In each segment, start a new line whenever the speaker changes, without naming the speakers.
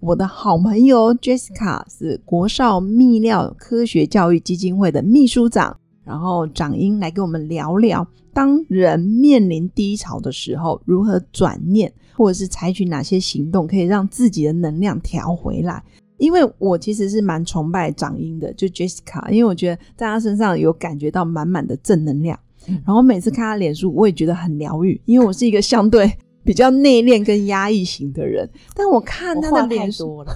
我的好朋友 Jessica，是国少泌尿科学教育基金会的秘书长，然后长英来跟我们聊聊，当人面临低潮的时候，如何转念，或者是采取哪些行动，可以让自己的能量调回来。因为我其实是蛮崇拜长英的，就 Jessica，因为我觉得在她身上有感觉到满满的正能量。然后每次看他脸书，我也觉得很疗愈，因为我是一个相对比较内敛跟压抑型的人，但我看他的脸书，
多了，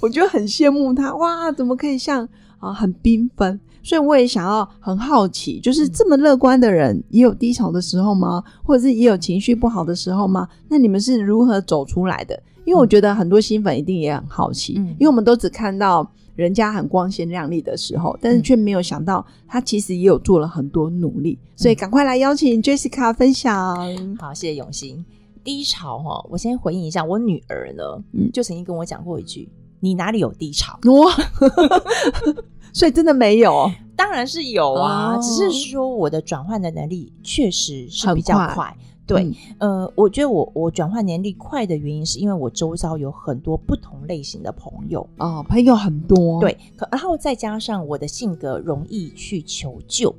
我就很羡慕他，哇，怎么可以像啊、很缤纷？所以我也想要很好奇，
嗯
就是这么乐观的人，也有低潮的时候吗？或者是也有情绪不好的时候吗？那你们是如何走出来的？因为我觉得很多新粉一定也很好奇，
嗯
因为我们都只看到人家很光鲜亮丽的时候，但
嗯
是却没有想到他其实也有做了很多努力，所以
嗯
赶快来邀请 Jessica 分享。
好，谢谢永兴。低潮哈、哦，我先回应一下，我女儿呢，
嗯
就曾经跟我讲过一句：“你哪里有低潮
哇， 所以真的没有，？”
当然是有啊，
哦
只是说我的转换的能力确实是
很
比较
快
快。对，
嗯
呃，我觉得我我转换能力快的原因，是因为我周遭有很多不同类型的朋友，
哦，朋友很多，，
对，可然后再加上我的性格容易去求救，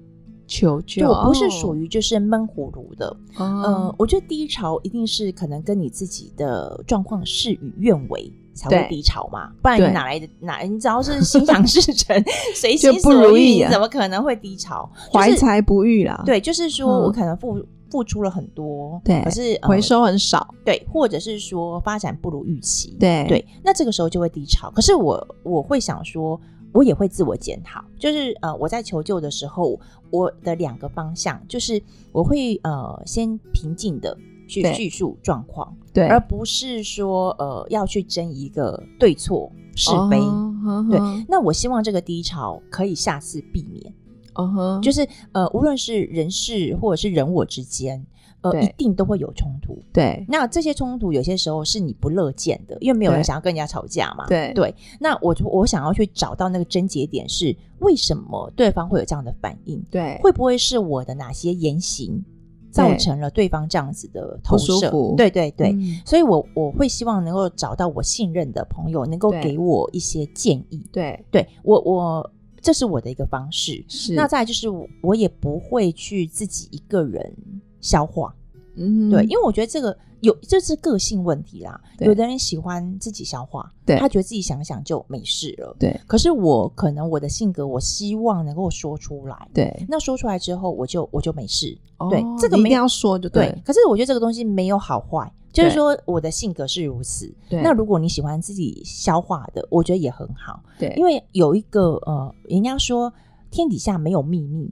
求
就
救，哦
我不是
于。
属于就是闷葫芦的，
嗯
呃，我觉得低潮一定是可能跟你自己的状况事与愿违才
对
会低潮嘛，不然
对
你哪来的哪？你只要是心想事成、 随
就
心
不
所
如
欲，
意
你
啊
怎么可能会低潮？
怀才不遇啦，
对，就是说
嗯
我可能付付出了很多，
对
可是、呃
回收很少，
对，或者是说发展不如预期，
对
对，那这个时候就会低潮。可是我我会想说，我也会自我检讨，就是呃，我在求救的时候，我的两个方向就是我会呃先平静的去
对
叙述状况，
对
而不是说呃要去争一个对错是非。
哦哼
对
哼
那我希望这个低潮可以下次避免，
哦哼，
就是呃，无论是人事或者是人我之间，呃，
对
一定都会有冲突。
对
那这些冲突有些时候是你不乐见的，因为没有
对
人想要跟人家吵架嘛。
对
对，那我就我想要去找到那个症结点是为什么对方会有这样的反应？
对，
会不会是我的哪些言行造成了对方这样子的投
不舒
射
服？
对对对，
嗯
所以我我会希望能够找到我信任的朋友，能够
对
给我一些建议。
对
对我我这是我的一个方式。
是
那再来就是我我也不会去自己一个人消化。
嗯
对，因为我觉得这个有这是个性问题啦。
对
有的人喜欢自己消化，
对
他觉得自己想想就没事了。
对
可是我可能我的性格，我希望能够说出来。
对
那说出来之后，我就我就没事。对
哦
这个
你一
没
定要说就
对，
对
可是我觉得这个东西没有好坏，就是
对
说我的性格是如此。
对
那如果你喜欢自己消化的，我觉得也很好，
对，
因为有一个呃，人家说天底下没有秘密，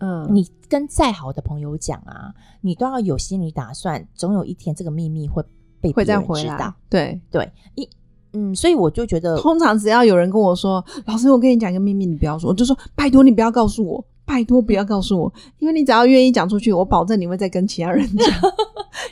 嗯
你跟再好的朋友讲啊，你都要有心理打算，总有一天这个秘密会被
会
别
再
人
回
知
来
道。，
对。
对，一嗯，所以我就觉得，
通常只要有人跟我说：“老师，我跟你讲一个秘密，你不要说。”我就说：“拜托你不要告诉我，拜托不要告诉我，因为你只要愿意讲出去，我保证你会再跟其他人 讲，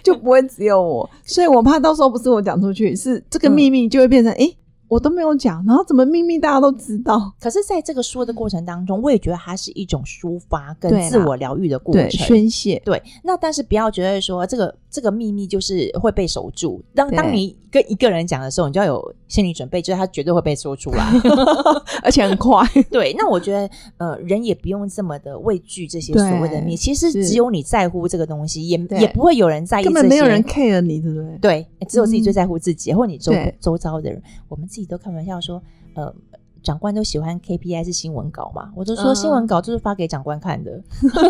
就不会只有我。所以我怕到时候不是我讲出去，是这
嗯
个秘密就会变成诶，我都没有讲，然后怎么秘密大家都知道？
可是在这个说的过程当中，我也觉得它是一种抒发跟
对啦
自我疗愈的过
对，
程。
宣泄，
对，那但是不要觉得说这个这个秘密就是会被守住。当当
对
你跟一个人讲的时候，你就要有心理准备，就是他绝对会被说出 来。
而且很快。
对，那我觉得呃，人也不用这么的畏惧这些
对
所谓的秘密。其实
是
只有你在乎这个东西，也
对
也不会有人在意，
根本没有人。care 你，对不对？
对，只有自己最在乎自己，或你周
嗯对
周遭的人。我们自己都开玩笑说，呃，长官都喜欢 KPI 是新闻稿嘛，我都说
嗯
新闻稿就是发给长官看的，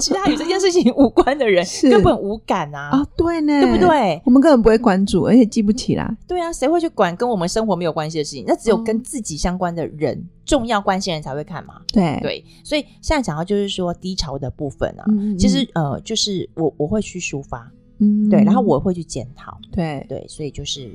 其他与这件事情无关的人
是
根本无感啊，
啊，对呢，
对不？对？
我们根本不会关注，而且记不起来。
对啊，谁会去管跟我们生活没有关系的事情？那只有
嗯
跟自己相关的人、重要关系人才会看嘛。
对，
对，啊所以现在讲到就是说低潮的部分啊，
嗯
其实呃，就是我我会去抒发，
嗯
对，然后我会去检讨，
对，
对，所以就是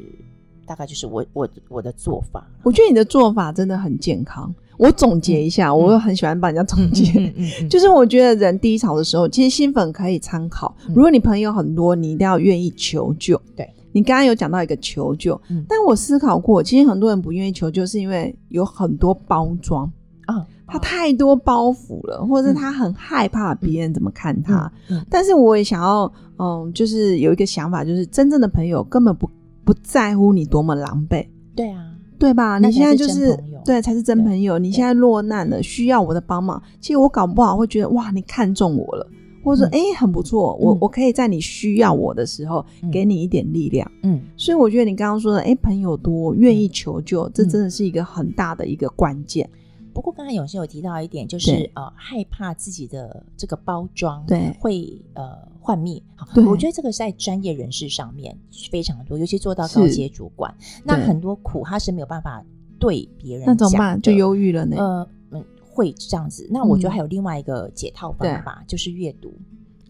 大概就是我我我的做法。
我觉得你的做法真的很健康。我总结一下，我很喜欢帮人家总结。
嗯嗯 嗯，
就是我觉得人低潮的时候，其实新粉可以参考。
嗯
如果你朋友很多，你一定要愿意求救。
对，
你刚刚有讲到一个求救，
嗯
但我思考过，其实很多人不愿意求救，是因为有很多包装，
啊， 嗯
他太多包袱了，或者是他很害怕别人怎么看他。
嗯嗯
但是我也想要，嗯，就是有一个想法，就是真正的朋友根本不不在乎你多么狼狈。
对啊，
对吧？
那
你现
才
在就
是真
是
朋友
对才是真
对
朋友。你现在落难了，需要我的帮忙，其实我搞不好会觉得哇，你看中我了，或者说
嗯
哎、诶很不错，我、
嗯
我可以在你需要我的时候
嗯
给你一点力量。
嗯，
所以我觉得你刚刚说的，哎、朋友多，愿意求救，这
嗯
真的是一个很大的一个关键。
不过刚才永兴有提到一点，就
对
是呃害怕自己的这个包装
对
会呃幻灭。好
对
我觉得这个在专业人士上面非常多，尤其做到高
是
阶主管，那
对
很多苦他是没有办法对别人
那怎么
讲
办？
的
就忧郁了呢？
呃嗯会这样子。那我觉
嗯
得还有另外一个解套方法，就是阅读。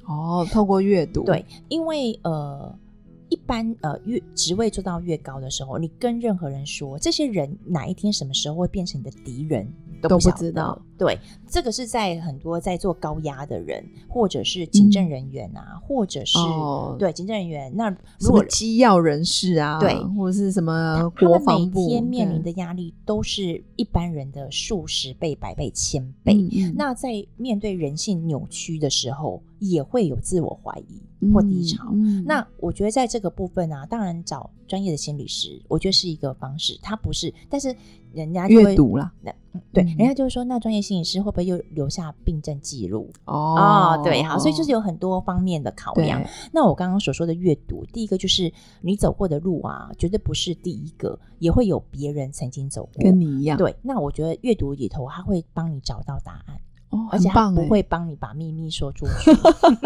哦，透过阅读，
对，因为呃，一般呃越职位做到越高的时候，你跟任何人说，这些人哪一天什么时候会变成你的敌人都
都
不
不
晓
知
得
道。
对，这个是在很多在做高压的人，或者是行政
嗯
人员啊，或者是、
哦
对行政人员。那
什
如
么
果
机要人士啊，
对
或者是什么
他
国
们每
防部
天面临
对
的压力都是一般人的数十倍、百倍、千倍。
嗯嗯
那在面对人性扭曲的时候，也会有自我怀疑或低潮。
嗯嗯
那我觉得在这个部分啊，当然找专业的心理师，我觉得是一个方式。他不是，但是人家就会
阅读啦，
那嗯对，
嗯
人家就会说，那专业心理师会不会又留下病症记录？
哦
对，好，所以就是有很多方面的考量。那我刚刚所说的阅读，第一个就是你走过的路啊，绝对不是第一个，也会有别人曾经走过。
跟你一样，
对，那我觉得阅读里头，它会帮你找到答案，
哦，
而且
很棒
它不
欸
会帮你把秘密说出 去。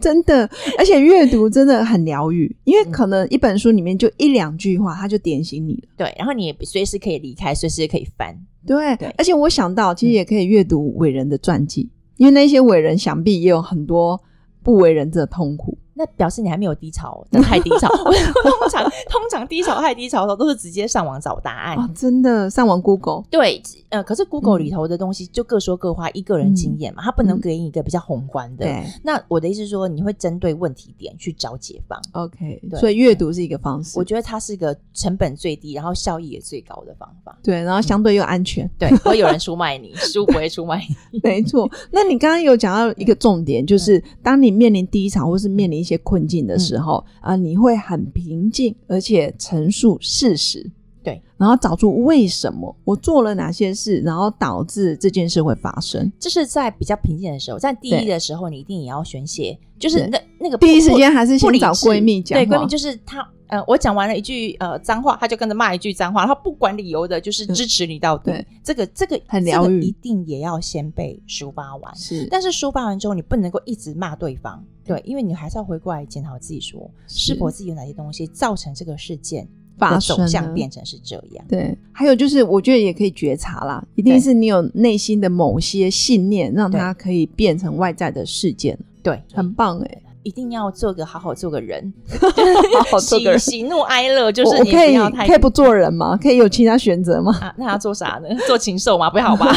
真的，而且阅读真的很疗愈，因为
嗯
可能一本书里面就一两句话，它就点醒你了。
对，然后你也随时可以离开，随时可以翻。
对，
对
而且我想到，其实也可以阅读伟人的传记，因为那些伟人想必也有很多不为人知的痛苦。
那表示你还没有低潮，哦真的太低 潮。我通常通常低潮太低潮的时候，都是直接上网找答案。
哦，真的，上网 Google，
对，呃，可是 Google
嗯
里头的东西就各说各话，一个人经验嘛，它不能给你一个比较宏观的。
对
那我的意思是说，你会针对问题点去找解方，
，OK，
对
所以阅读是一个方式
我。觉得它是一个成本最低，然后效益也最高的方法。
对，然后相对又安全，
对，不会有人出卖你，书不会出卖你。
没错。那你刚刚有讲到一个重点，
嗯
就是当你面临低潮或是面临一些困境的
嗯
时候，啊，你会很平静，而且陈述事实，
对，
然后找出为什么我做了哪些事，然后导致这件事会发生。
这是在比较平静的时候，在第一
对嗯
的时候，你一定也要宣泄，就
对
是那那个
第一
不
时间还是
不
先
理
找
智
闺蜜讲话，
对，闺蜜就是她，呃，我讲完了一句呃脏话，她就跟着骂一句脏话，她不管理由的，就是支持你到底。
对
这个这个
很
这
疗
个
愈
一定也要先被抒发完。
是
但是抒发完之后，你不能够一直骂对方，对，因为你还是要回过来检讨自己说，是否自己有哪些东西造成这个事件
发
的
生
走
了
向变成是这样。
对，还有就是，我觉得也可以觉察啦，一定
对
是你有内心的某些信念，让
对
它可以变成外在的事件，
对，
很棒哎、
一定要做个好好做个人，
好好做 个人
喜喜怒哀乐，就
我
是
我
你不
可以
要太
可以不做人吗？可以有其他选择吗？
啊，那要做啥呢？做禽兽吗？不要吧。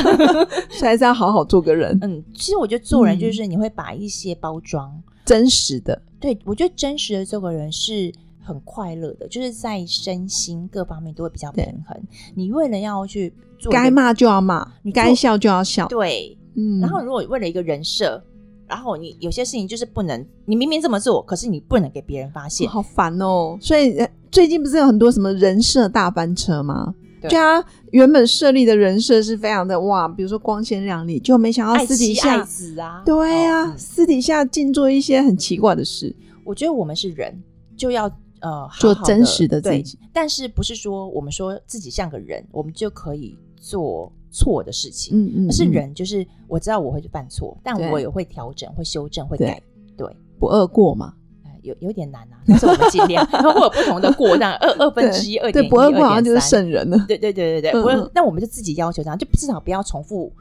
所以还是要好好做个人，
嗯，其实我觉得做人
嗯
就是你会把一些包装，
真实的。
对我觉得真实的做个人是很快乐的，就是在身心各方面都会比较
对
平衡。你为了要去做一个
该，骂就要骂，
你做
该笑就要笑。
对，
嗯，
然后如果为了一个人设。然后你有些事情就是不能，你明明这么做，可是你不能给别人发现。
好烦哦。所以呃最近不是有很多什么人设大翻车吗？
对
就他原本设立的人设是非常的哇，比如说光鲜亮丽，就没想到
爱
私底
妻爱
下，
子啊，
对啊，
哦嗯
私底下竟做一些很奇怪的事。
我觉得我们是人，就要呃
做
好好
真实的
的
自
对
己，
但是不是说我们说自己像个人，我们就可以做错的事情？
嗯嗯，
是
嗯
人，就是我知道我会犯错，但
对
我也会调整、会修正、会
对
改。对，
不二过嘛？
哎有有点难啊，但是我们尽量， 然后会有不同的过，但二二分之一、二
对
点
对，
一、
不二过好
二
像就
点
是
三，
圣人了。
对对对
嗯
对对，不
嗯
那我们就自己要求这样，就至少不要重复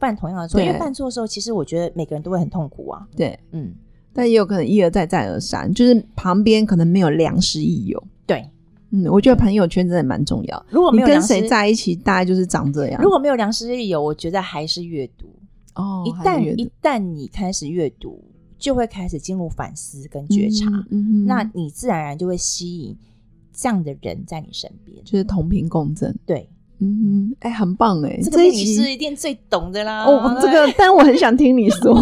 犯同样的错，因为
对
犯错的时候，其实我觉得每个人都会很痛苦啊。
对，
嗯，
但也有可能一而再再而三，就是旁边可能没有良师益友。
对，
嗯，我觉得朋友圈真的蛮重要。
如果
你
没有
跟
良师
谁，在一起，大概就是长这样。
如果没有良师益友，我觉得还是阅读。
哦，
一
还
旦
是阅读
一旦你开始阅读，就会开始进入反思跟觉察，
嗯嗯嗯
那你自然而然就会吸引这样的人在你身边。
就是同频共振。
对，
嗯，哎、很棒哎、
这个
这一
对你
集
是一定最懂的啦。
哦，这个，但我很想听你 说。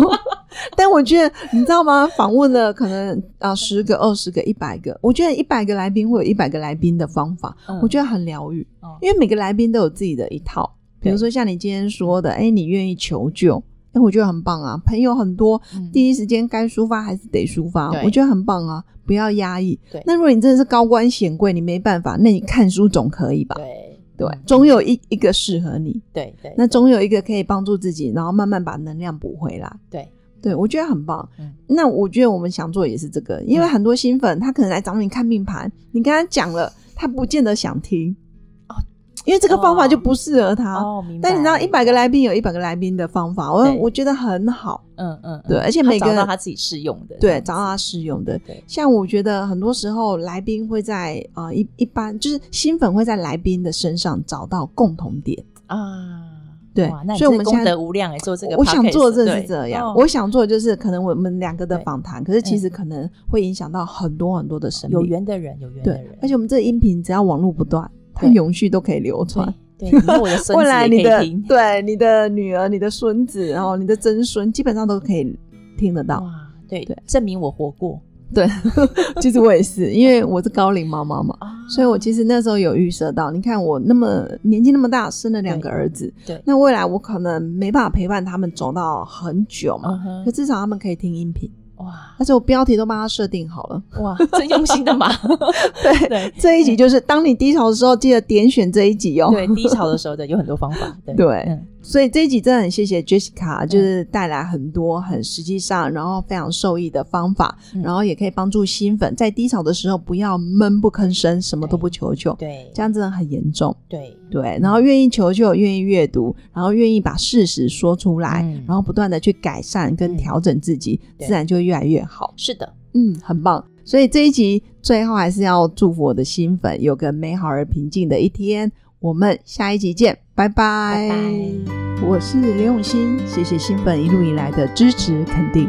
但我觉得，你知道吗？访问了可能啊十个、二十个、一百个，我觉得一百个来宾会有一百个来宾的方法，
嗯
我觉得很疗愈
哦，
因为每个来宾都有自己的一套。比如
对
说像你今天说的，哎，你愿意求救，哎，我觉得很棒啊。朋友很多，
嗯
第一时间该抒发还是得抒发，
对
我觉得很棒啊，不要压抑
对。
那如果你真的是高官显贵，你没办法，那你看书总可以吧？
对
对，总有一一个适合你。
对对，
那总有一个可以帮助自己，然后慢慢把能量补回来。
对
对，我觉得很棒。
嗯
那我觉得我们想做也是这个，因为
嗯
很多新粉他可能来找你看命盘，你跟他讲了，他不见得想听
哦
因为这个方法
哦
就不适合他。
哦，明白。
但你知道，一百个来宾有一百个来宾的方法，我
对
我觉得很好。
嗯，嗯嗯，
对，而且
他
每个
找到
人
他自己适用的，
对找到他适用的。
对
像我觉得很多时候来宾会在呃一一般就是新粉会在来宾的身上找到共同点。
啊，
对
哇那你
所以我们
真的功
现在
德无量哎，做这个 podcast，
我想做的
对
是这样
哦，
我想做的就是可能我们两个的
对嗯
访谈，可是其实可能会影响到很多很多的生
有
命。
缘的人，有缘的
对
人，，
而且我们这个音频只要网络不断，它
对
永续都可以流传。
对，对，以后我的 孙
未来
子
你
也
的
可以听，
对你的女儿、你的孙子，然后你的曾孙，基本上都可以听得 到。
哇，对
对，
证明我活过
其实我也是，因为我是高龄妈妈嘛，
啊
所以我其实那时候有预设到，你看我那么年纪那么大，生了两个
对
儿子，
对
那未来我可能没办法陪伴他们走到很久嘛，
嗯哼
可至少他们可以听音频。
哇
而且我标题都帮他设定好了。
哇，真用心的嘛，
对，
对
这一集就是当你低潮的时候，记得点选这一集哦。
对，低潮的时候的有很多方法，对
对
嗯
所以这一集真的很谢谢 Jessica，就是带来很多很实际上，然后非常受益的方法，
嗯
然后也可以帮助新粉在低潮的时候不要闷不吭声，什么都不求救，
对
这样真的很严重。
对
对，然后愿意求救，愿意阅读，然后愿意把事实说出来，
嗯
然后不断的去改善跟
嗯
调整自己，
对
自然就越来越好。
是的，
嗯，很棒。所以这一集最后还是要祝福我的新粉有个美好而平静的一天。我们下一集见，拜拜。
拜拜。
我是刘永新，谢谢新粉一路以来的支持肯定。